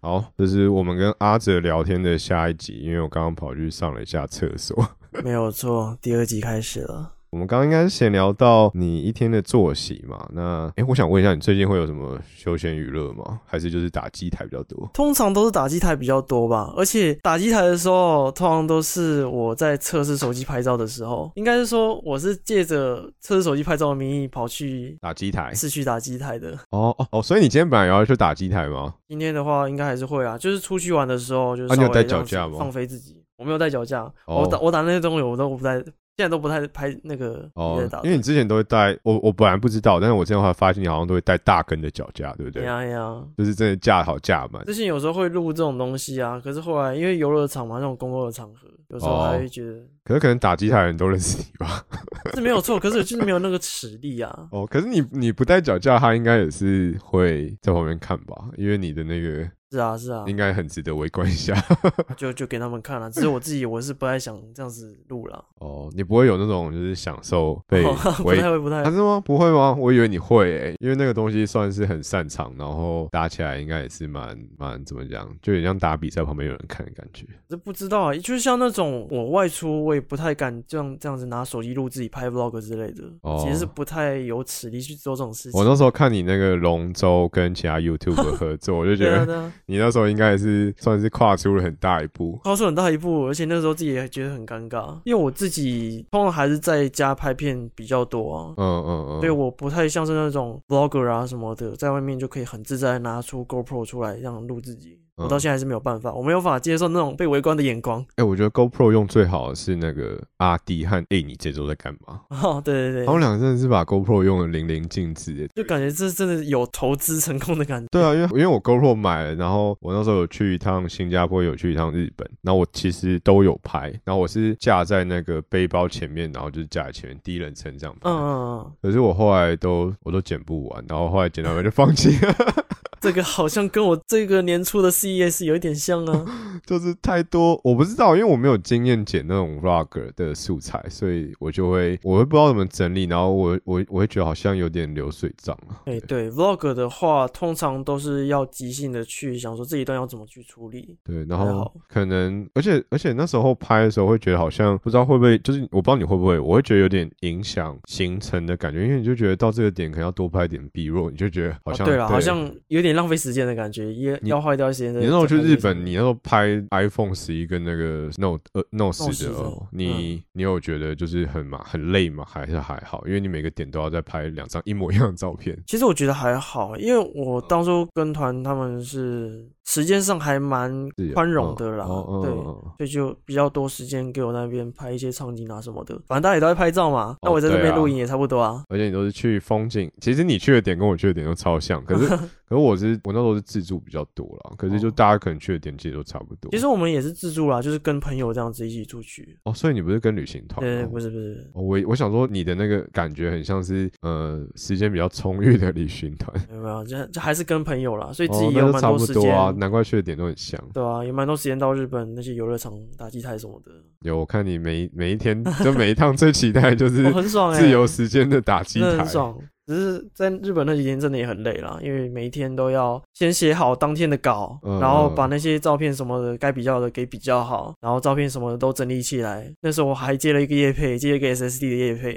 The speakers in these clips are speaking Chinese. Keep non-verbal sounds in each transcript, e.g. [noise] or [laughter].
好，这是我们跟阿哲聊天的下一集，因为我刚刚跑去上了一下厕所。 [laughs] 没有错，第二集开始了。我们刚刚应该是闲聊到你一天的作息嘛？那哎、诶我想问一下，你最近会有什么休闲娱乐吗？还是就是打机台比较多？通常都是打机台比较多吧，而且打机台的时候，通常都是我在测试手机拍照的时候，应该是说我是借着测试手机拍照的名义跑去打机台？市区打机台的。哦哦哦，所以你今天本来也要去打机台吗？今天的话，应该还是会啊，就是出去玩的时候，就是啊你稍有微带让脚架自吗己放飞自己，我没有带脚架，哦我打我打那些东西我都不太，现在都不太拍那个哦在打，的。因为你之前都会带，我我本来不知道，但是我之前后来发现你好像都会带大根的脚架，对不啊哎对？呀哎呀，就是真的架好架满。之前有时候会录这种东西啊，可是后来因为游乐场嘛，那种公共的场合，有时候哦还会觉得、可是可能打机台的人都认识你吧？ [laughs] 是没有错，可是就是没有那个实力啊。哦，可是你你不带脚架，他应该也是会在旁边看吧？因为你的那个是啊是啊，应该很值得围观一下。 [laughs] 就就给他们看了、啊只是我自己我是不太想这样子录 [laughs] 了，哦，你不会有那种就是享受被哦 [laughs] 不围太会不太啊？会。是吗？不会吗？我以为你会诶、因为那个东西算是很擅长，然后打起来应该也是蛮蛮怎么讲，就有点像打比赛旁边有人看的感觉。这不知道啊，就像那种我外出，我也不太敢这样这样子拿手机录自己拍 vlog 之类的，哦其实是不太有齿力去做这种事情。我那时候看你那个龙舟跟其他 [laughs] YouTube 合作，我就觉对啊得对啊，你那时候应该也是算是跨出了很大一步。跨出很大一步，而且那时候自己也觉得很尴尬，因为我自己通常还是在家拍片比较多啊。嗯嗯所以嗯，我不太像是那种 vlogger 啊什么的，在外面就可以很自在地拿出 GoPro 出来这样录自己。我到嗯现在还是没有办法，我没有办法接受那种被围观的眼光。哎、我觉得 GoPro 用最好的是那个阿迪和哎、你这周在干嘛？哦，对对他们对，两个真的是把 GoPro 用的淋漓尽致耶。就感觉这真的有投资成功的感觉。 [laughs] 对啊，因为因为我 GoPro 买了，然后我那时候有去一趟新加坡，有去一趟日本，然后我其实都有拍，然后我是架在那个背包前面，然后就是架在前面第一人称这样拍。嗯嗯， [laughs] 嗯，可是我后来都我都剪不完，然后后来剪到一半就放弃了， [laughs] 这个好像跟我这个年初的 CES 有一点 [laughs] 像啊。就是太多，我不知道，因为我没有经验剪那种 vlog 的素材，所以我就会我会不知道怎么整理，然后我我我会觉得好像有点流水账啊。哎，对，vlog 的话，通常都是要即兴的去想说这一段要怎么去处理。对，然还后好可能，而且而且那时候拍的时候会觉得好像不知道会不会，就是我不知道你会不会，我会觉得有点影响行程的感觉，因为你就觉得到这个点可能要多拍一点 B roll，你就觉得好哦像、对了，好像有点浪费时间的感觉，也你要花掉一些。你那时候去日本，你那时候拍 iPhone 十一跟那个 Note 呃 Note 10十的哦嗯，你、你有觉得就是很麻很累吗？还是还好？因为你每个点都要再拍两张一模一样的照片。其实我觉得还好，因为我当初跟团他们是时间上还蛮是啊有宽容的啦，哦哦对。哦哦所以就比较多时间给我那边拍一些场景啊什么的，反正大家也都在拍照嘛。那我在这对边啊录影也差不多啊。而且你都是去风景，其实你去的点跟我去的点都超像， [laughs] 可是可是我是我那时候是自助比较多啦，可是就哦大家可能去的点其实都差不多。其实我们也是自助啦，就是跟朋友这样子一起出去。哦，所以你不是跟旅行团对对，哦？不是不是，哦我我想说你的那个感觉很像是呃时间比较充裕的旅行团，没有没有，这这还是跟朋友啦，所以自哦己，那也有就蛮差不时多间，啊，难怪去的点都很像。对啊，有蛮多时间到日本那些游乐场打机台什么的，有我看你每一每一天就每一趟最期待的就是我、很爽哎、 [laughs] 自由时间的打机真的台很，爽。只是在日本那几天真的也很累啦，因为每一天都要先写好当天的稿，嗯然后把那些照片什么的该比较的给比较好，然后照片什么的都整理起来。那时候我还接了一个叶配，接了一个 SSD 的叶配，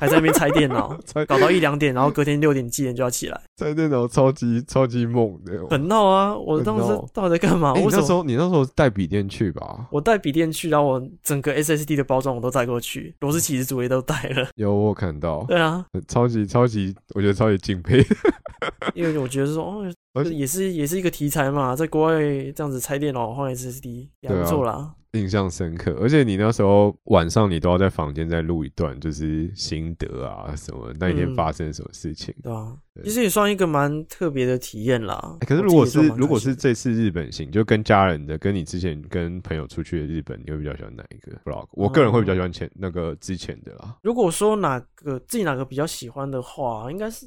还在那边拆电 [laughs] 脑，在搞到一两点，然后隔天六点七点就要起来，在电脑超级超级猛的。很闹啊！我当很时闹到底在干嘛？哎，你为什那时么？候你那时候是带笔电去吧？我带笔电去，然后我整个 SSD 的包装我都带过去，螺丝起子组也都带 [laughs] 了。有我有看到，对啊，呃超级超级，我觉得超级敬佩。 [laughs] 因为我觉得说，哦，而就且也是也是一个题材嘛，在国外这样子拆电脑换 SSD 也啊还不错啦。印象深刻，而且你那时候晚上你都要在房间再录一段，就是心得啊什么，那一天嗯发生什么事情。对啊，对其实也算一个蛮特别的体验啦。欸可是我如果自己是也蛮开心的如果是这次日本行，就跟家人的，跟你之前跟朋友出去的日本，你会比较喜欢哪一个哦 vlog？我个人会比较喜欢前、那个之前的啦。如果说哪个自己哪个比较喜欢的话，应该是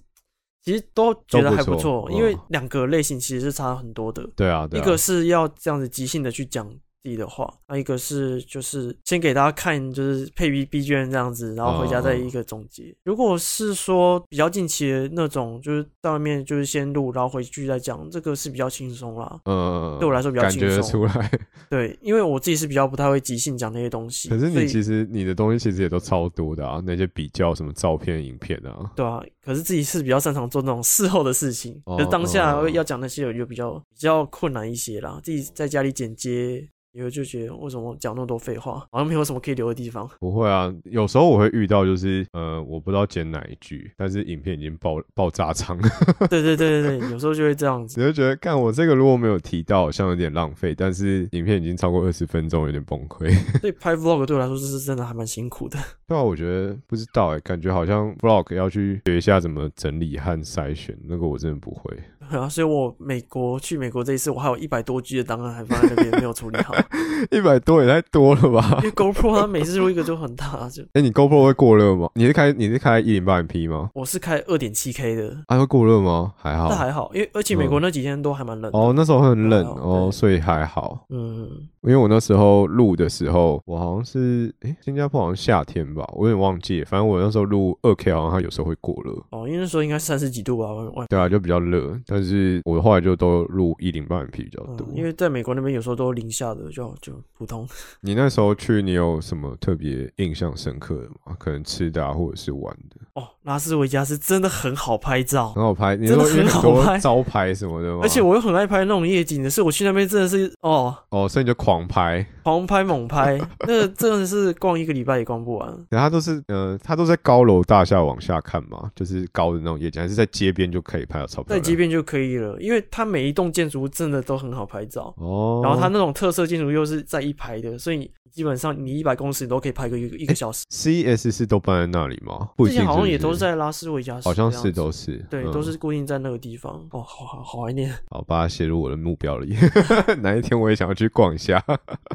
其实都觉得还不都错，不错因为嗯两个类型其实是差很多的。对啊，对一啊个是要这样子即兴的去讲地的话，那一个是就是先给大家看就是配 B B 卷这样子，然后回家再一个总结。嗯如果是说比较近期的那种，就是在外面就是先录，然后回去再讲，这个是比较轻松啦。嗯，对我来说比较感轻觉得松，出来。 [laughs] 对，因为我自己是比较不太会即兴讲那些东西，可是所你以其实你的东西其实也都超多的啊，那些比较什么照片、影片啊，对啊，可是自己是比较擅长做那种事后的事情，哦可是当下哦要讲那些有就比较比较困难一些啦。自己在家里剪接，以后就觉得为什么讲那么多废话，好像没有什么可以留的地方。不会啊，有时候我会遇到就是呃，我不知道剪哪一句，但是影片已经爆爆炸长了， [laughs] [laughs] 对对对对对，有时候就会这样子。 [laughs] 你就觉得干我这个如果没有提到，好像有点浪费，但是影片已经超过二十分钟，有点崩溃。 [laughs] 所以拍 vlog 对我来说是真的还蛮辛苦的。 [laughs] 对啊，我觉得不知道哎、感觉好像 vlog 要去学一下怎么整理和筛选，那个我真的不会。 [laughs] 然后，所以我美国去美国这一次，我还有一百多 G 的档案还放在那边没有处理 [laughs] 好，一百多也太多了吧 [laughs] 因？为 GoPro 它每次录一个就很大，就哎、你 GoPro 会过热吗？你是开你是开一零八零 P 吗？我是开二点七 K 的，啊，会过热吗？还好但。还好，因为而且美国那几天都还蛮冷的。哦，那时候很冷还好哦，对所以还好。嗯，因为我那时候录的时候，我好像是哎、新加坡好像夏天吧，我有点忘记了。反正我那时候录二 K，好像它有时候会过热。哦，因为那时候应该三十几度吧，外外对啊，就比较热，但是我后来就都录一零八零 P 比较多嗯。，因为在美国那边有时候都零下的，就就普通。你那时候去，你有什么特别印象深刻的吗？可能吃的啊，或者是玩的。哦，拉斯维加斯真的很好拍照，很好拍，你真的说因为很很好多拍招牌什么的吗？而且我又很爱拍那种夜景的，所以我去那边真的是哦，哦，所以你就狂拍，狂拍 [laughs] 猛拍，那个真的是逛一个礼拜也逛不完。然后它都是呃，它都在高楼大厦往下看嘛，就是高的那种夜景，还是在街边就可以拍到超漂在亮。街边就可以了，因为它每一栋建筑物真的都很好拍照，哦，然后它那种特色建筑又是在一排的，所以基本上你一百公尺你都可以拍个一个一个小时。 CES 是都办在那里吗？不一之哎定前是不是，好像也都是在拉斯维加斯，好像是都。是，对，嗯都是固定在那个地方。哦，好好好怀念， [laughs] 好把它写入我的目标里。 [laughs] 哪一天我也想要去逛一下，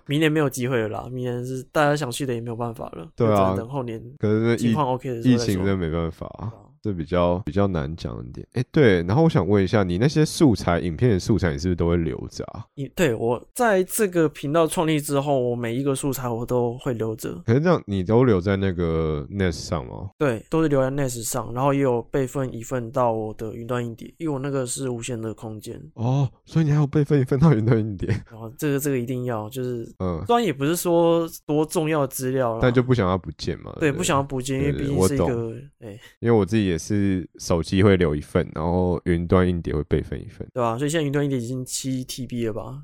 明年没有机会了啦，明年是大家想去的也没有办法了，对啊就只能等后年可是情疫况 OK 的时疫候再说。情真的没办法、对啊这比较比较难讲一点。哎，对，然后我想问一下，你那些素材、影片的素材，你是不是都会留着啊？你对我在这个频道创立之后，我每一个素材我都会留着，可是这样，你都留在那个 Nest 上吗？对，都是留在 NAS 上，然后也有备份一份到我的云端硬碟，因为我那个是无限的空间，哦，所以你还有备份一份到云端硬碟，然后这个这个一定要，就是嗯，虽然也不是说多重要的资料啦，但就不想要不见嘛。啊对不不想要，补件，因为对毕对竟我是一懂个哎、因为我自己也是手机会留一份，然后云端硬碟会备份一份，对吧、所以现在云端硬碟已经七 TB 了吧，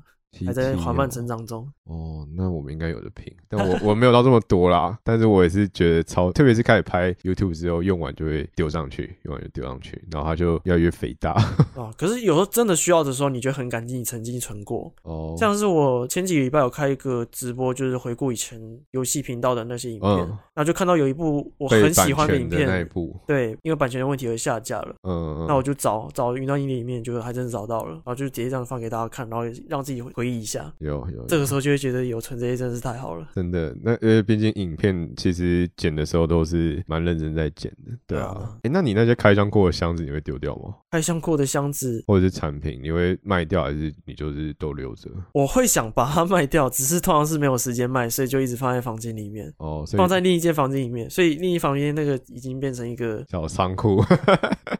还在啊缓慢成长中。哦，那我们应该有的拼，但我我没有到这么多啦。但是我也是觉得超，特别是开始拍 YouTube 之后，用完就会丢上去，用完就丢上去，然后它就越来越肥大。啊，可是有时候真的需要的时候，你就很感激你曾经存过。哦，像是我前几个礼拜有开一个直播，就是回顾以前游戏频道的那些影片，嗯那就看到有一部我被很版喜欢权影的那一片，部，对，因为版权的问题而下架了。嗯，那我就找找云端音乐里面，就还真的找到了，然后就直接这样放给大家看，然后也让自己回忆一下。有有有这个时候就会觉得有存这些真是太好了。真的，那因为毕竟影片其实剪的时候都是蛮认真在剪的，对对啊啊。哎、那你那些开箱过的箱子你会丢掉吗？开箱过的箱子，或者是产品你会卖掉，还是你就是都留着？我会想把它卖掉，只是通常是没有时间卖，所以就一直放在房间里面，哦，所以放在另一间房间里面，所以另一房间那个已经变成一个小仓库。 [laughs]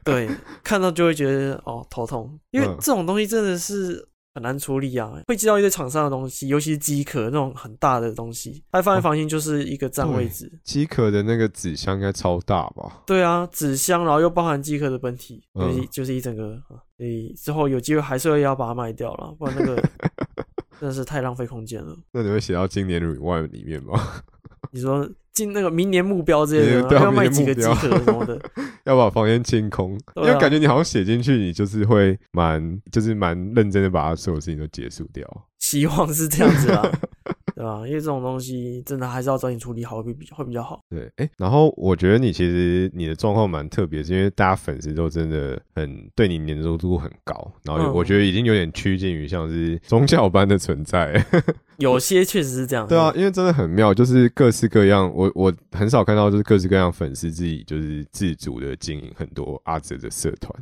对，看到就会觉得哦头痛，因为嗯这种东西真的是很难处理啊，会接到一堆厂商的东西，尤其是机壳那种很大的东西，它哦放在房间就是一个占位置。机壳的那个纸箱应该超大吧？对啊，纸箱，然后又包含机壳的本体，就是一、嗯就是一整个，啊所以之后有机会还是会要把它卖掉了，不 [laughs] 然那个真的是太浪费空间了。那你会写到今年 r e w i n 里面吗？ [laughs] 你说进那个明年目标之类的，对啊要卖明年几目个机标壳什么 [laughs] 的，要把房间清空，因对啊为感觉你好像写进去，你就是会蛮就是蛮认真的把它所有事情都结束掉。希望是这样子 [laughs] 啦，对吧、因为这种东西真的还是要早点处理好，会比会比较好。对，哎、然后我觉得你其实你的状况蛮特别，是因为大家粉丝都真的很对你粘着度很高，然后嗯我觉得已经有点趋近于像是宗教般的存在。有些确实是这样。对啊，因为真的很妙，就是各式各样，我我很少看到就是各式各样粉丝自己就是自主的经营很多阿哲的社团。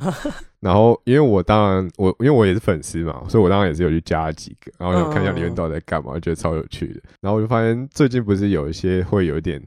然后因为我当然我因为我也是粉丝嘛，所以我当然也是有去加几个，然后想看一下里面到底在干嘛，我觉得超有趣的。然后我就发现最近不是有一些会有一点。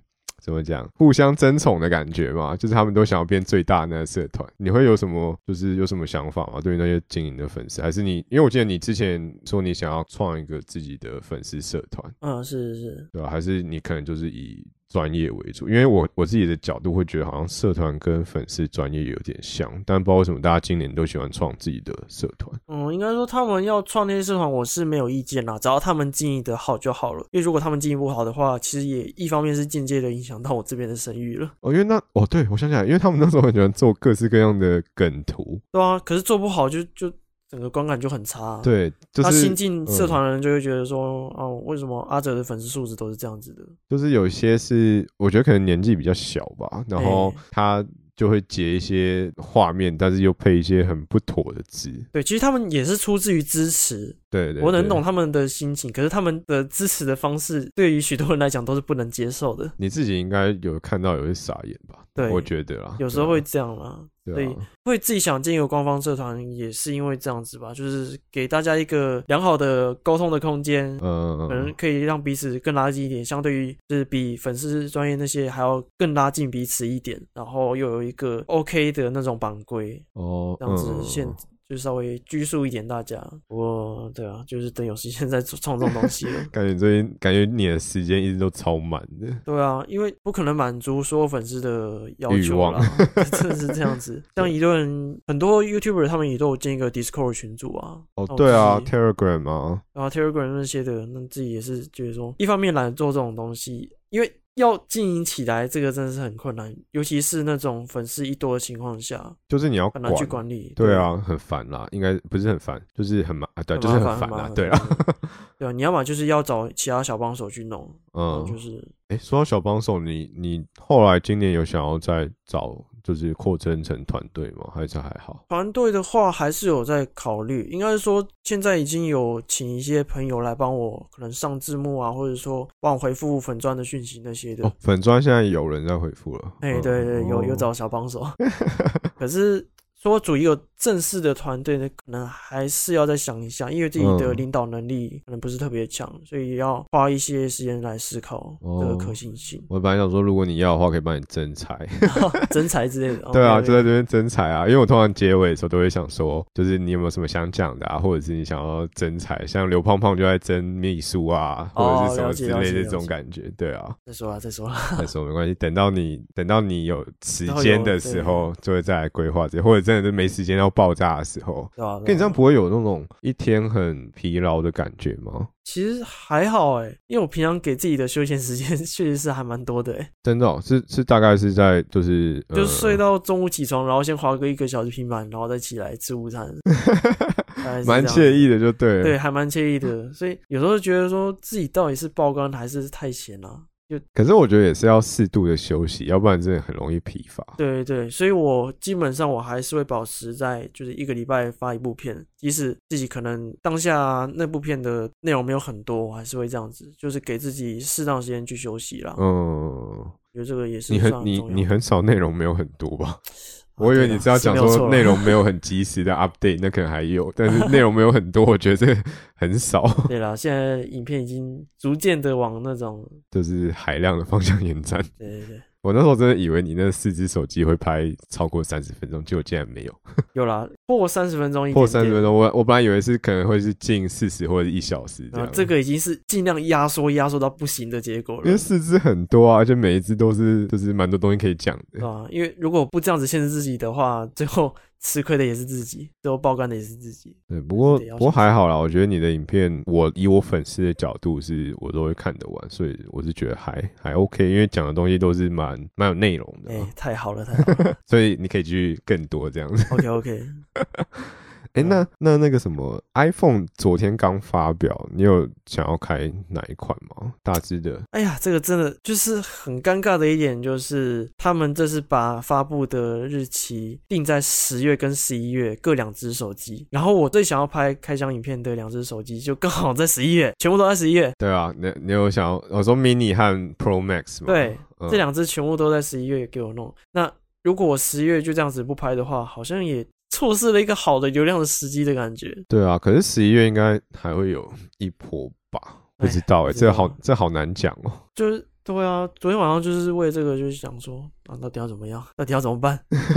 怎么讲？互相争宠的感觉嘛，就是他们都想要变最大那个社团。你会有什么，就是有什么想法吗？对于那些经营的粉丝，还是你？因为我记得你之前说你想要创一个自己的粉丝社团，嗯，是是是，对吧？还是你可能就是以专业为主？因为我我自己的角度会觉得，好像社团跟粉丝专业有点像，但不知道为什么大家今年都喜欢创自己的社团。嗯，应该说他们要创那些社团，我是没有意见啦，只要他们经营的好就好了。因为如果他们经营不好的话，其实也一方面是间接的影响到我这边的声誉了。哦，因为那哦，对我想起来，因为他们那时候很喜欢做各式各样的梗图，对啊，可是做不好就就整个观感就很差、啊。对，就那是嗯新进社团的人就会觉得说，哦、为什么阿哲的粉丝素质都是这样子的？就是有些是我觉得可能年纪比较小吧，然后哎他就会截一些画面，但是又配一些很不妥的字。对，其实他们也是出自于支持，对对对，我能懂。他们的心情，可是他们的支持的方式对于许多人来讲都是不能接受的。你自己应该有看到有些傻眼吧？对我觉得啦，有时候会这样啦，对啊所以会自己想进一个官方社团，也是因为这样子吧，就是给大家一个良好的沟通的空间，嗯，可能可以让彼此更拉近一点，相对于就是比粉丝专业那些还要更拉近彼此一点，然后又有一个 OK 的那种版规，哦，这样子嗯。现。就是稍微拘束一点大家，我对啊，就是等有时间再创这种东西 [laughs] 了感觉最近感觉你的时间一直都超满的，对啊，因为不可能满足所有粉丝的要欲求望啦， [laughs] 真的是这样子。像一论很多 YouTuber 他们也都有建一个 Discord 群组啊。哦那我，对啊自己，Telegram 啊，然后 Telegram 那些的，那自己也是觉得说，一方面懒得做这种东西，因为要经营起来这个真的是很困难，尤其是那种粉丝一多的情况下，就是你要很管难去管理。对，啊，很烦啦，应该不是很烦，就是很麻啊，对，很就是麻很烦烦，很麻啦，烦对啊，，对啊，你要么就是要找其他小帮手去弄，然嗯，后就是哎，说到小帮手，你你后来今年有想要再找就是扩增成团队吗？还是还好？团队的话还是有在考虑，应该是说现在已经有请一些朋友来帮我，可能上字幕啊，或者说帮我回复粉砖的讯息那些的哦。，粉砖现在有人在回复了。哎、嗯对对，有有。哦找小帮 [laughs] 手，可是说组一个正式的团队呢，可能还是要再想一下，因为自己的嗯领导能力可能不是特别强，所以要花一些时间来思考这哦、个可行性我本来想说，如果你要的话，可以帮你增财。真才之类 [laughs] 的。哦对啊， OK，OK 就在这边增财啊。因为我通常结尾的时候都会想说，就是你有没有什么想讲的啊，或者是你想要增财，像刘胖胖就在争秘书啊，或哦者是什么了解之了类解的了这种解感觉。对啊，再说啊，再说啊。但是我没关系，等到你等到你有时然后间有的对时候，就会再来规划这些，或者真的是没时间要爆炸的时候，对啊，对跟你这啊样不会有那种一天很疲劳的感觉吗？其实还好哎、因为我平常给自己的休闲时间 [laughs] 确实是还蛮多的哎、真的、哦、是是大概是在就是、呃、就 [laughs] 睡到中午起床，然后先划个一个小时平板，然后再起来吃午餐，大概是蛮这样惬意的，就对了。对，，还蛮惬意的。所以有时候觉得说自己到底是爆肝还是太啊闲了、可是我觉得也是要适度的休息，要不然真的很容易疲乏。对对对，所以我基本上我还是会保持在就是一个礼拜发一部片，即使自己可能当下那部片的内容没有很多，我还是会这样子，就是给自己适当的时间去休息啦。嗯，我觉得这个也是你哦算很你重要你的很少内容没有很多吧？啊我以为对你啦是要是讲没有说错啦啊内容没有很及时的 update，那可能还有，但是内容没有很多，我觉得这个很少， [laughs] 对啦，现在影片已经逐渐的往那种，就是海量的方向延展。 [laughs] 对对对，我那时候真的以为你那四只手机会拍超过三十分钟，结果竟然没有有啦，破三十分钟一点点破三十分钟。我我本来以为是可能会是近四十或者一小时这然样啊后。这个已经是尽量压缩压缩到不行的结果因了为。四只很多啊，而且每一只都是就是蛮多东西可以讲对的。吧？因为如果不这样子限制自己的话，最后 [laughs] 吃亏的也是自己，最后爆肝的也是自己。对，不过对要不过还好啦，我觉得你的影片，我以我粉丝的角度是我都会看得完，所以我是觉得还还 OK，因为讲的东西都是蛮蛮有内容的哎、啊、太好了，太好了。 [laughs] 所以你可以去更多这样子。 OK OK，哎、那那那个什么 iPhone 昨天刚发表，你有想要开哪一款吗？大致的，哎呀，这个真的就是很尴尬的一点，就是他们这是把发布的日期定在十月跟十一月各两只手机，然后我最想要拍开箱影片的两只手机就刚好在十一月，全部都在十一月，对啊，你你有想要我说 Mini 和 Pro Max 吗？对嗯，这两只全部都在十一月给我弄。那如果我十月就这样子不拍的话，好像也错失了一个好的流量的时机的感觉。对啊，可是十一月应该还会有一波吧？不知道哎、不知这个道好这好难讲哦、啊就是对啊，昨天晚上就是为这个就是想说啊，到底要怎么样？到底要怎么办？ [laughs]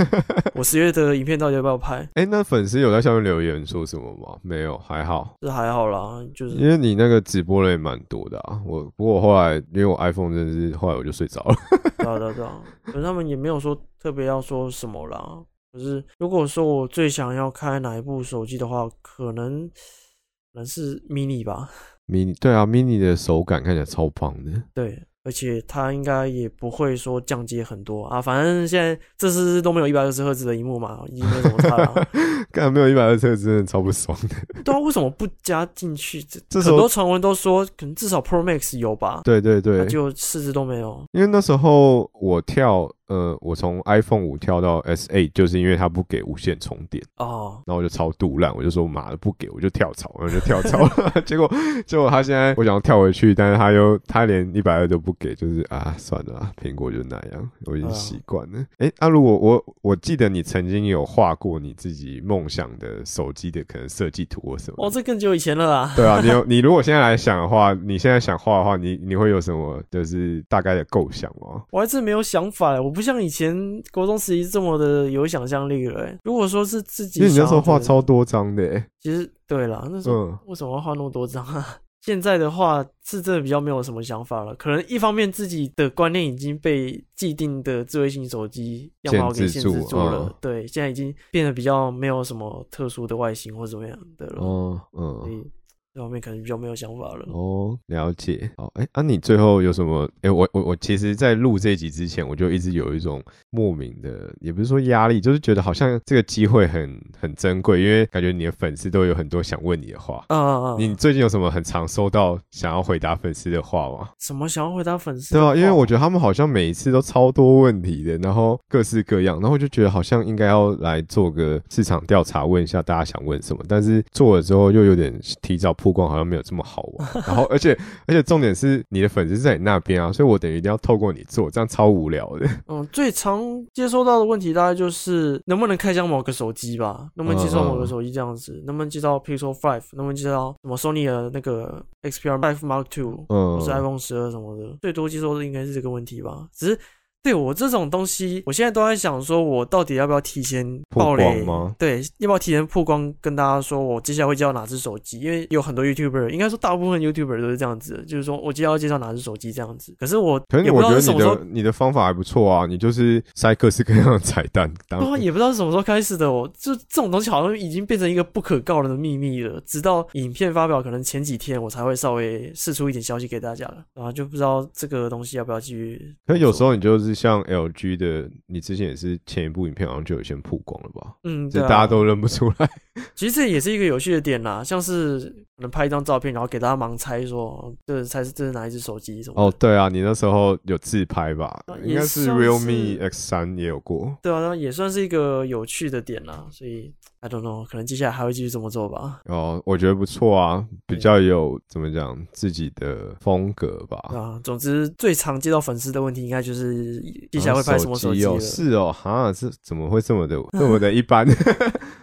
我十月的影片到底要不要拍？哎、那粉丝有在下面留言说什么吗？没有，还好，这还好啦，就是因为你那个直播人也蛮多的啊。我不过我后来因为我 iPhone 真的是后来我就睡着了。对啊对啊对啊，可是他们也没有说特别要说什么啦。可是如果说我最想要开哪一部手机的话，可能可能是 mini 吧。 mini 对啊，mini 的手感看起来超棒的。对，而且它应该也不会说降阶很多啊，反正现在这次都没有一百二十赫兹的荧幕嘛，已经没什么差了。干没有一百二十真的超不爽的。 [laughs] 对啊，为什么不加进去？这这时很多候传闻都说，可能至少 Pro Max 有吧，对对那对，就四肢都没有。因为那时候我跳呃，我从 iPhone 五跳到 S 8就是因为它不给无线充电，哦，然后我就超肚烂，我就说妈的不给我就跳槽，然后就跳槽。 [laughs] 结果结果他现在我想要跳回去，但是他又他连一百二都不给，就是啊算了啊，苹果就那样，我已经对啊习惯了。诶，那、如果我我记得你曾经有画过你自己梦想的手机的可能设计图或什么的哦，这更久以前了啦。对啊，你有你如果现在来想的话，你现在想画的话，你你会有什么就是大概的构想吗？我还真没有想法，欸我不像以前国中时期这么的有想象力了欸。如果说是自己因为你那想时候要画的超多张的、欸，其实对啦，那时候嗯，为什么要画那么多张啊？ [laughs] 现在的话是真的比较没有什么想法了，可能一方面自己的观念已经被既定的智慧型手机样貌给限限制制住住了，嗯对，现在已经变得比较没有什么特殊的外形或怎么样的了，哦，所嗯，以这方面可能比较没有想法了。哦，了解。好，哎、啊，你最后有什么？哎、我我我其实，在录这一集之前，我就一直有一种莫名的，也不是说压力，就是觉得好像这个机会很很珍贵，因为感觉你的粉丝都有很多想问你的话。啊啊啊！你最近有什么很常收到想要回答粉丝的话吗？什么想要回答粉丝对的话？啊，因为我觉得他们好像每一次都超多问题的，然后各式各样，然后我就觉得好像应该要来做个市场调查，问一下大家想问什么。但是做了之后又有点提早曝光，好像没有这么好 [laughs] 玩。然后而且而且重点是你的粉丝在你那边啊，所以我等于一定要透过你做，这样超无聊 [laughs] 的。嗯，最常接收到的问题大概就是能不能开箱某个手机吧，能不嗯能介绍某个手机这样子，能不能介绍 Pixel Five，能不能介绍什么 Sony 的那个 XPR Five Mark Two，嗯或是 iPhone 十二什么的，最多接收的应该是这个问题吧。只是对我这种东西，我现在都在想，说我到底要不要提前曝爆光雷？吗？对，要不要提前曝光跟大家说我接下来会介绍哪只手机？因为有很多 YouTuber，应该说大部分 YouTuber 都是这样子的，就是说我接下来要介绍哪只手机这样子。可是我可是也我不知觉道得是什你么时候的你的方法还不错啊，你就是塞各式各样的彩蛋，当 [laughs] 对啊，也不知道是什么时候开始的哦。就这种东西好像已经变成一个不可告人的秘密了，直到影片发表可能前几天，我才会稍微试出一点消息给大家了。然后就不知道这个东西要不要继续。可是有时，候你就是像 LG 的，你之前也是前一部影片好像就有先曝光了吧？嗯，就对、啊，大家都认不出 [laughs] 来。其实这也是一个有趣的点啦，像是可能拍一张照片，然后给大家盲猜说哦这猜是这是哪一只手机什么的。哦，对啊，你那时候有自拍吧？啊应该是也算是 Realme X 三也有过。对啊，那也算是一个有趣的点啦，所以 I don't know，可能接下来还会继续这么做吧。哦，我觉得不错啊，比较有怎么讲自己的风格对吧。啊，总之最常接到粉丝的问题，应该就是接下来会拍什么手手机哦？了，是哦，哈，这怎么会这么的 [laughs] 这么的一般？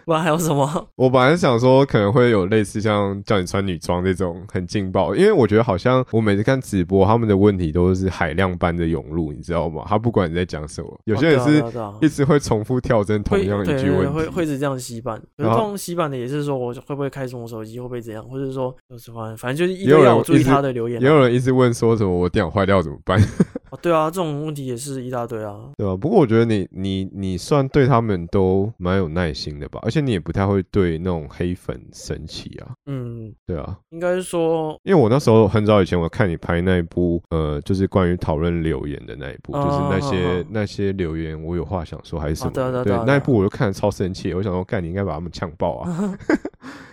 不然还有什么？我本来想说可能会有类似像叫你穿女装这种很劲爆，因为我觉得好像我每次看直播，他们的问题都是海量般的涌入，你知道吗？他不管你在讲什么， [laughs] 有些人哦对是啊对啊对一啊直会重复跳针同会样一对句对对问会题。会是这样洗版，可是然通后常洗版的也是说我会不会开什么手机，会不会怎样，或者是说有什么，反正就是一也有堆要人我注意一直他的留言也啊、有人一直问说什么我电脑坏掉怎么 [laughs] 办，哦对啊，这种问题也是一大堆啊。对吧、不过我觉得你你你算对他们都蛮有耐心的吧，而且你也不太会对那种黑粉生气啊，嗯，对啊，应该 [laughs] 是说，因为我那时候很早以前我看你拍那一部，呃，就是关于讨论留言的那一部，哦就是那些、哦哦那些留言我有话想说还是什么的，哦对啊对啊对啊那一部我就看得超生气，我想说干你应该把他们呛爆啊，呃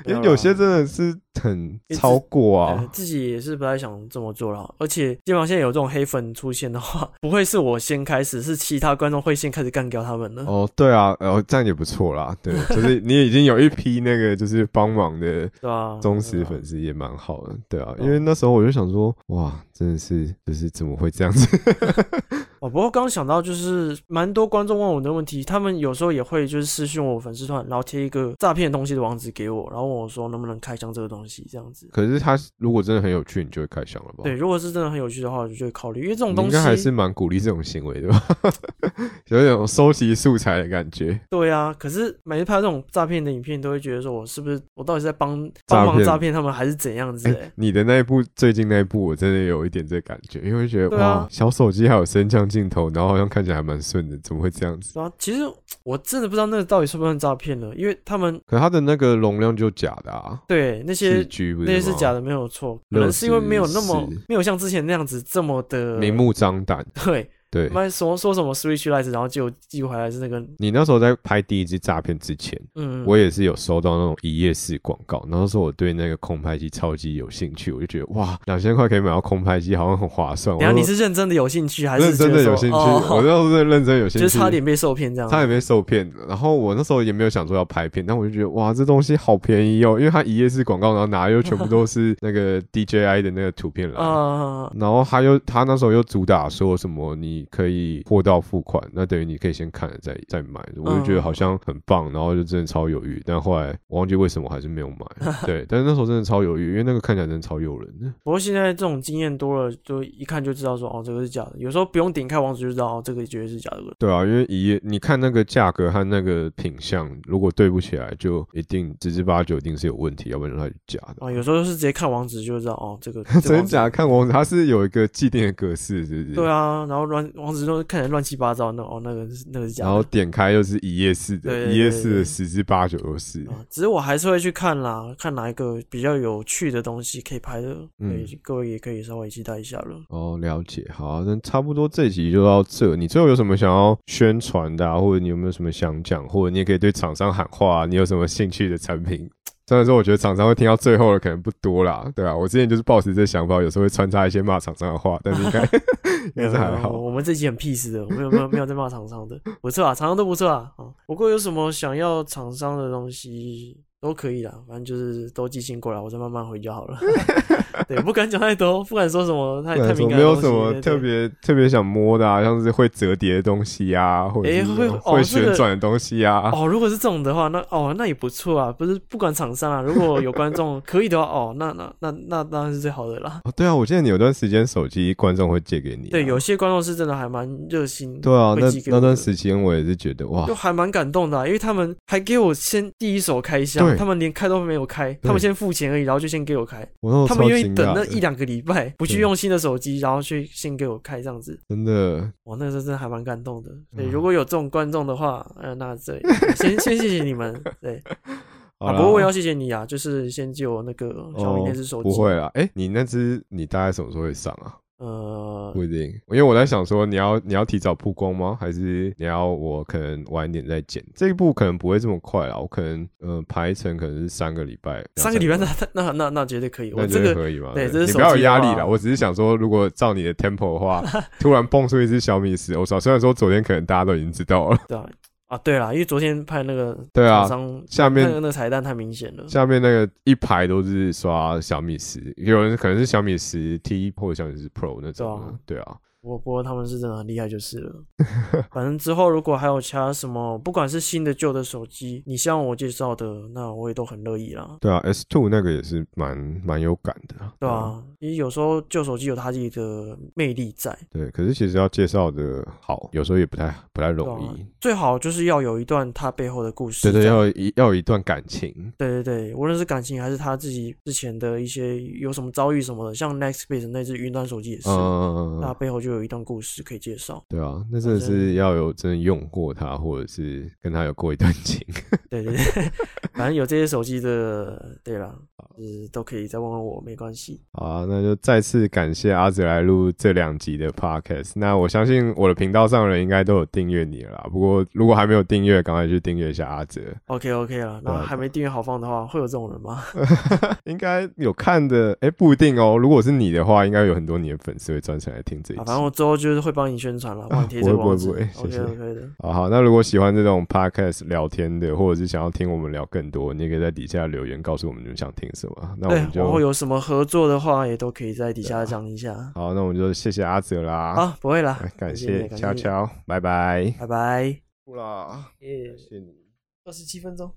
因没为有有啦些真的是很一直超过呃啊，自己也是不太想这么做了。而且基本上现在有这种黑粉出现的话， [laughs] 不会是我先开始，是其他观众会先开始干掉他们的。哦对啊，然、后这样也不错啦， [laughs] 对，就是你已经有一批那个就是帮忙的对啊，忠实对啊粉丝也蛮好的，对啊，对啊因为那时候我就想说，哇，真的是就是怎么会这样子？ [laughs] 哦，不过刚想到就是蛮多观众问我的问题，他们有时候也会就是私讯我粉丝团，然后贴一个诈骗东西的网址给我，然后问我说能不能开箱这个东西这样子。可是他如果真的很有趣，你就会开箱了吧？对，，如果是真的很有趣的话，我就会考虑，因为这种你东应西该还是蛮鼓励这种行为的吧？ [laughs] 有一种收集素材的感觉。对啊。可是每次拍这种诈骗的影片，都会觉得说我是不是我到底是在帮诈帮忙骗诈骗他们，还是怎样子、哎、欸？你的那一部最近那一部，我真的有一点这感觉，因为会觉得、对啊哇，小手机还有升降镜头，然后好像看起来还蛮顺的，怎么会这样子？对啊，其实我真的不知道那个到底算不算诈骗了，因为他们可它的那个容量就假的啊，对那四些 G 不那是些是吗假的，没有错，可能是因为没有那么64没有像之前那样子这么的明目张胆。对。对，妈什么说什么 Switch Lite，然后结果寄回来是那个，你那时候在拍第一支诈骗之前，嗯，我也是有收到那种一页式广告，然后说我对那个空拍机超级有兴趣，我就觉得哇，两千块可以买到空拍机，好像很划算。等一下我就你是认真的有兴趣，还是认真的有兴趣，觉得说我哦、那时候是认 [laughs] 真有兴就趣，是差点被受骗这样。差点被受骗。然后我那时候也没有想说要拍片，但我就觉得哇，这东西好便宜哦，因为它一页式广告，然后拿的又全部都是那个 DJI 的那个图片来。啊、然后他又他那时候又主打说什么你可以货到付款，那等于你可以先看了再再买，嗯我就觉得好像很棒，然后就真的超犹豫，但后来我忘记为什么我还是没有 [laughs] 买。对，但是那时候真的超犹豫，因为那个看起来真的超诱人的。不过现在这种经验多了，就一看就知道说哦这个是假的，有时候不用点开网址就知道哦这个绝对是假的。对啊，因为一页你看那个价格和那个品相，如果对不起来，就一定十之八九一定是有问题，要不然它是假的。啊，有时候是直接看网址就知道哦 [laughs] 这个这个真网址假看网址，它是有一个既定的格式，是不是？对啊，然后乱网址都看起来乱七八糟，那哦那个是那个是假的。然后点开又是一页式对的，对一页对式对的十之八九都是。啊，只是我还是会去看啦，看哪一个比较有趣的东西可以拍的，嗯所以各位也可以稍微期待一下 [laughs] 了。哦，了解，好啊、那差不多这集就到这。你最后有什么想要宣传的、啊，或者你有没有什么想讲，或者你也可以对厂商喊话、啊，你有什么兴趣的产品？虽然说我觉得厂商会听到最后的可能不多啦，对啊，我之前就是抱持这想法，有时候会穿插一些骂厂商的话，但是应该 [laughs] 应该是还没有没有好。嗯我们这集很 peace 的，我们有没有 [laughs] 没有在骂厂商的，不错啊，厂商都不错啊。啊，不过有什么想要厂商的东西都可以啦，反正就是都寄信过来，我再慢慢回就好了。 [laughs] 对，不敢讲太多，不敢说什么太对啊太说敏感没的有东西。什么对特。别特别想摸的啊，像是会折叠的东西啊，或者诶是会哦会这个旋转的东西啊对。哦，如果是这种的话，那哦那也不错啊，不是不管厂商啊，如果有观众可以的话，哦那那那那当然是最好的 [laughs] 啦。哦，对啊，我记得你有段时间手机观众会借给你啊、对，有些观众是真的还蛮热心，对啊，会那寄给那我段的时间我也是觉得哇就，还蛮感动的啊、因为他们还给我先第一手开箱，对他们连开都没有开，他们先付钱而已，然后就先给我开，我那时候他们超愿意惊等讶那的一两个礼拜，不去对用新的手机，然后去先给我开这样子，真的，哇，那个时候真的还蛮感动的。所以嗯如果有这种观众的话，呃，那这先先谢谢你们，对好啊，啦哦不过我也要谢谢你啊，就是先借我那个小米那只手机，不会啦，哎、你那只你大概什么时候会上啊？呃，不一定，因为我在想说，你要你要提早曝光吗？还是你要我可能晚一点再剪？这一步可能不会这么快啦，我可能呃排成可能是三个礼拜，三个礼拜两那那那那那绝对可以，那我觉这得个。可以嘛？对这是你手不要有机的压力话啦。我只是想说，如果照你的 tempo 的 [laughs] 话，突然蹦出一只小米十，我操！虽然说昨天可能大家都已经知道了，对啊，啊对啦，因为昨天拍那个对啊厂商下那面个那个彩蛋太明显了。下面那个一排都是刷小米十，有人可能是小米十 T 或者小米十 Pro 那种的，对啊，不过不过他们是真的很厉害就是了。反正之后如果还有其他什么，不管是新的旧的手机，你向我介绍的，那我也都很乐意啦。对啊，S Two 那个也是蛮蛮有感的，对哦啊，因为有时候旧手机有它自己的魅力在，对，可是其实要介绍的好，有时候也不太不太对容啊易，，最好就是要有一段它背后的故事对在。对，要有一要有一段感情，对对对，无论是感情还是他自己之前的一些有什么遭遇什么的，像 Nextbase 那只云端手机也是，嗯，那背后就有一段故事可以介绍。对啊，那真的是要有真的用过它，或者是跟它有过一段情， [laughs] 对对对， [laughs] 反正有这些手机的，对啦，就是都可以再问问我，没关系。好啊，那就再次感谢阿哲来录这两集的 podcast。那我相信我的频道上的人应该都有订阅你了啦，不过如果还没有订阅，赶快去订阅一下阿哲。 OK OK 啦，那对啊还没订阅好放的话，会有这种人吗？ [laughs] 应该有看的，哎、不一定哦。如果是你的话，应该有很多你的粉丝会专程来听这一啊，集反。正我之后就是会帮你宣传了，帮你贴这个不会网啊不址会不会 OK 谢谢 OK 的，好好，那如果喜欢这种 podcast 聊天的，或者是想要听我们聊更多，你也可以在底下留言告诉我们你们想听什么。那我们对，我会就啊有什么合作的话，也都可以在底下讲一下。好，那我们就谢谢阿哲啦，啊，不会啦哎，感谢谢你感谢乔乔，拜拜。拜拜。不啦，耶，谢你。二十七分钟。